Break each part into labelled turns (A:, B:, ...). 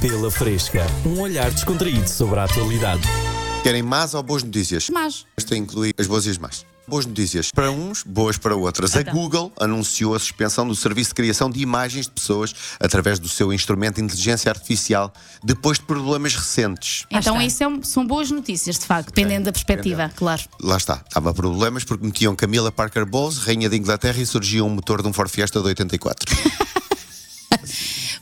A: Pela Fresca, um olhar descontraído sobre a atualidade.
B: Querem más ou boas notícias?
C: Mas,
B: Isto inclui as boas e as más. Boas notícias para uns, boas para outras.
D: Então.
B: A Google anunciou a suspensão do serviço de criação de imagens de pessoas através do seu instrumento de inteligência artificial depois de problemas recentes.
C: então
D: está.
C: isso é um- são boas notícias, de facto, dependendo da perspectiva, claro.
B: Lá está, estava problemas porque metiam Camila Parker Bowles, rainha da Inglaterra, e surgia um motor de um Ford Fiesta de 84.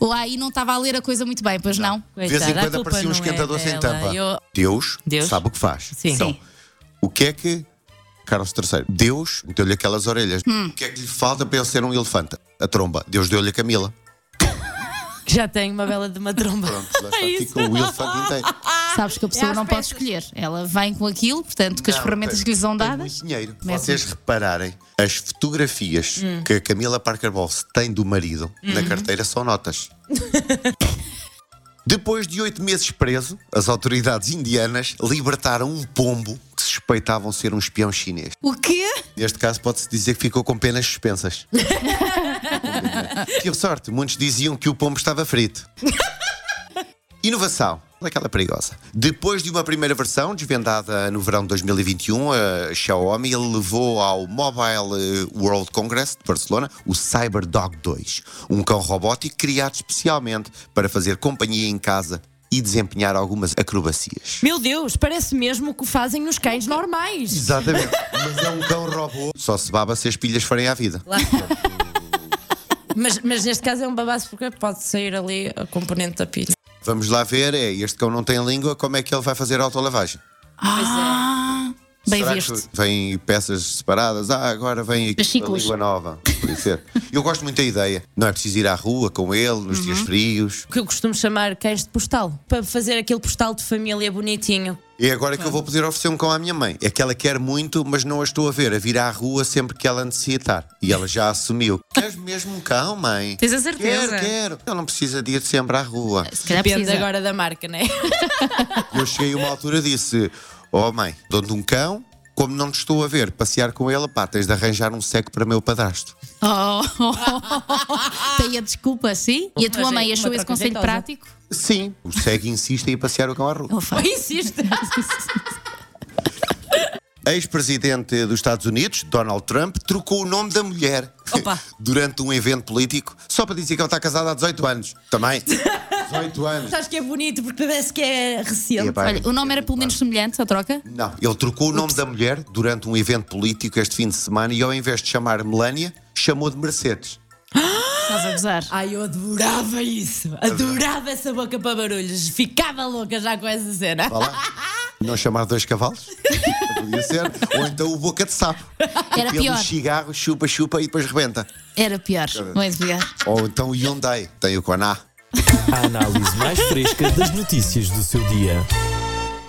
C: O AI não estava a ler a coisa muito bem, pois não?
B: De vez em
D: Coitada, a
B: quando
D: culpa
B: aparecia um
D: não é
B: esquentador sem
D: dela.
B: tampa.
D: Eu-
B: Deus,
D: Deus.
B: sabe o que faz.
D: Sim.
B: Então,
D: Sim.
B: o que é que. Carlos III, Deus deu-lhe aquelas orelhas.
C: Hum.
B: O que é que lhe falta para ele ser um elefante? A tromba. Deus deu-lhe a Camila.
D: Que já tem uma bela de uma tromba.
B: Pronto, lá está
D: É
B: aqui
D: isso.
B: com o elefante inteiro.
C: Sabes que a pessoa
D: às
C: não pode
D: peças.
C: escolher. Ela vem com aquilo, portanto, com as
B: Não,
C: ferramentas
B: tem-
C: que lhe são
B: tem
C: dadas.
B: muito dinheiro.
C: Mete.
B: Vocês repararem, as fotografias
C: Hum.
B: que a Camila Parker Bowles tem do marido na
C: Uhum.
B: carteira são notas. Depois de oito meses preso, as autoridades indianas libertaram um pombo que suspeitavam ser um espião chinês.
C: O quê?
B: Neste caso, pode-se dizer que ficou com penas suspensas. Tive sorte, muitos diziam que o pombo estava frito. Inovação. Daquela perigosa. Depois de uma primeira versão, desvendada no verão de 2021, a Xiaomi levou ao Mobile World Congress de Barcelona o CyberDog 2, um cão robótico criado especialmente para fazer companhia em casa e desempenhar algumas acrobacias.
D: Meu Deus, parece mesmo o que fazem os cães normais.
B: Exatamente. Mas é um cão robô. Só se baba se as pilhas forem à vida.
D: Mas, mas neste caso é um babaço porque pode sair ali a componente da pilha.
B: Vamos lá ver, é, este cão não tem língua, como é que ele vai fazer a autolavagem?
D: é.
C: Ah, bem
B: Será
C: visto.
B: que vem peças separadas? Ah, agora vem aqui a
C: Fascículos.
B: língua nova. Pode ser. Eu gosto muito da ideia. Não é preciso ir à rua com ele, nos dias
C: Uhum.
B: frios.
D: O que eu costumo chamar cães de postal. Para fazer aquele postal de família bonitinho.
B: É agora que eu vou poder oferecer um cão à minha mãe. É que ela quer muito, mas não a estou a ver, a vir à rua sempre que ela necessitar. E ela já assumiu. Queres mesmo um cão, mãe?
C: Tens a certeza?
B: Quero, quero. Ela não precisa de ir sempre à rua.
C: Se calhar
D: Depende
C: precisa.
D: agora da marca, não é?
B: Eu cheguei a uma altura e disse: Oh mãe, dou-te um cão, como não te estou a ver passear com ele, pá, tens de arranjar um seco para meu padrasto.
C: Oh, Tem a desculpa, sim? E a tua
D: Mas é
C: mãe achou
D: uma
C: esse
D: troca
C: conselho
D: jeitosa.
C: prático?
B: Sim, o cego insiste em ir passear o cão à rua.
C: Ele faz.
D: Insiste.
B: Ex-presidente dos Estados Unidos, Donald Trump, trocou o nome da mulher
D: Opa.
B: durante um evento político só para dizer que ele está casado há 18 anos. Também. 18 anos.
D: Sabes que é bonito porque parece que é recente.
B: E, pá,
C: Olha, o nome era pelo menos semelhante à troca?
B: Não, ele trocou o nome da mulher durante um evento político este fim de semana e ao invés de chamar Melania, chamou de Mercedes.
C: Estás a gozar.
D: Ai, eu adorava isso. Adorava essa boca para barulhos. Ficava louca já com essa cena.
B: Vá lá. Não chamar dois cavalos? Podia ser. Ou então o boca de sapo.
C: Era
B: Pelo
C: pior.
B: cigarro, chupa, chupa e depois rebenta.
C: Era pior. Muito pior.
B: Ou então o Hyundai. Tem o Koná.
A: A análise mais fresca das notícias do seu dia.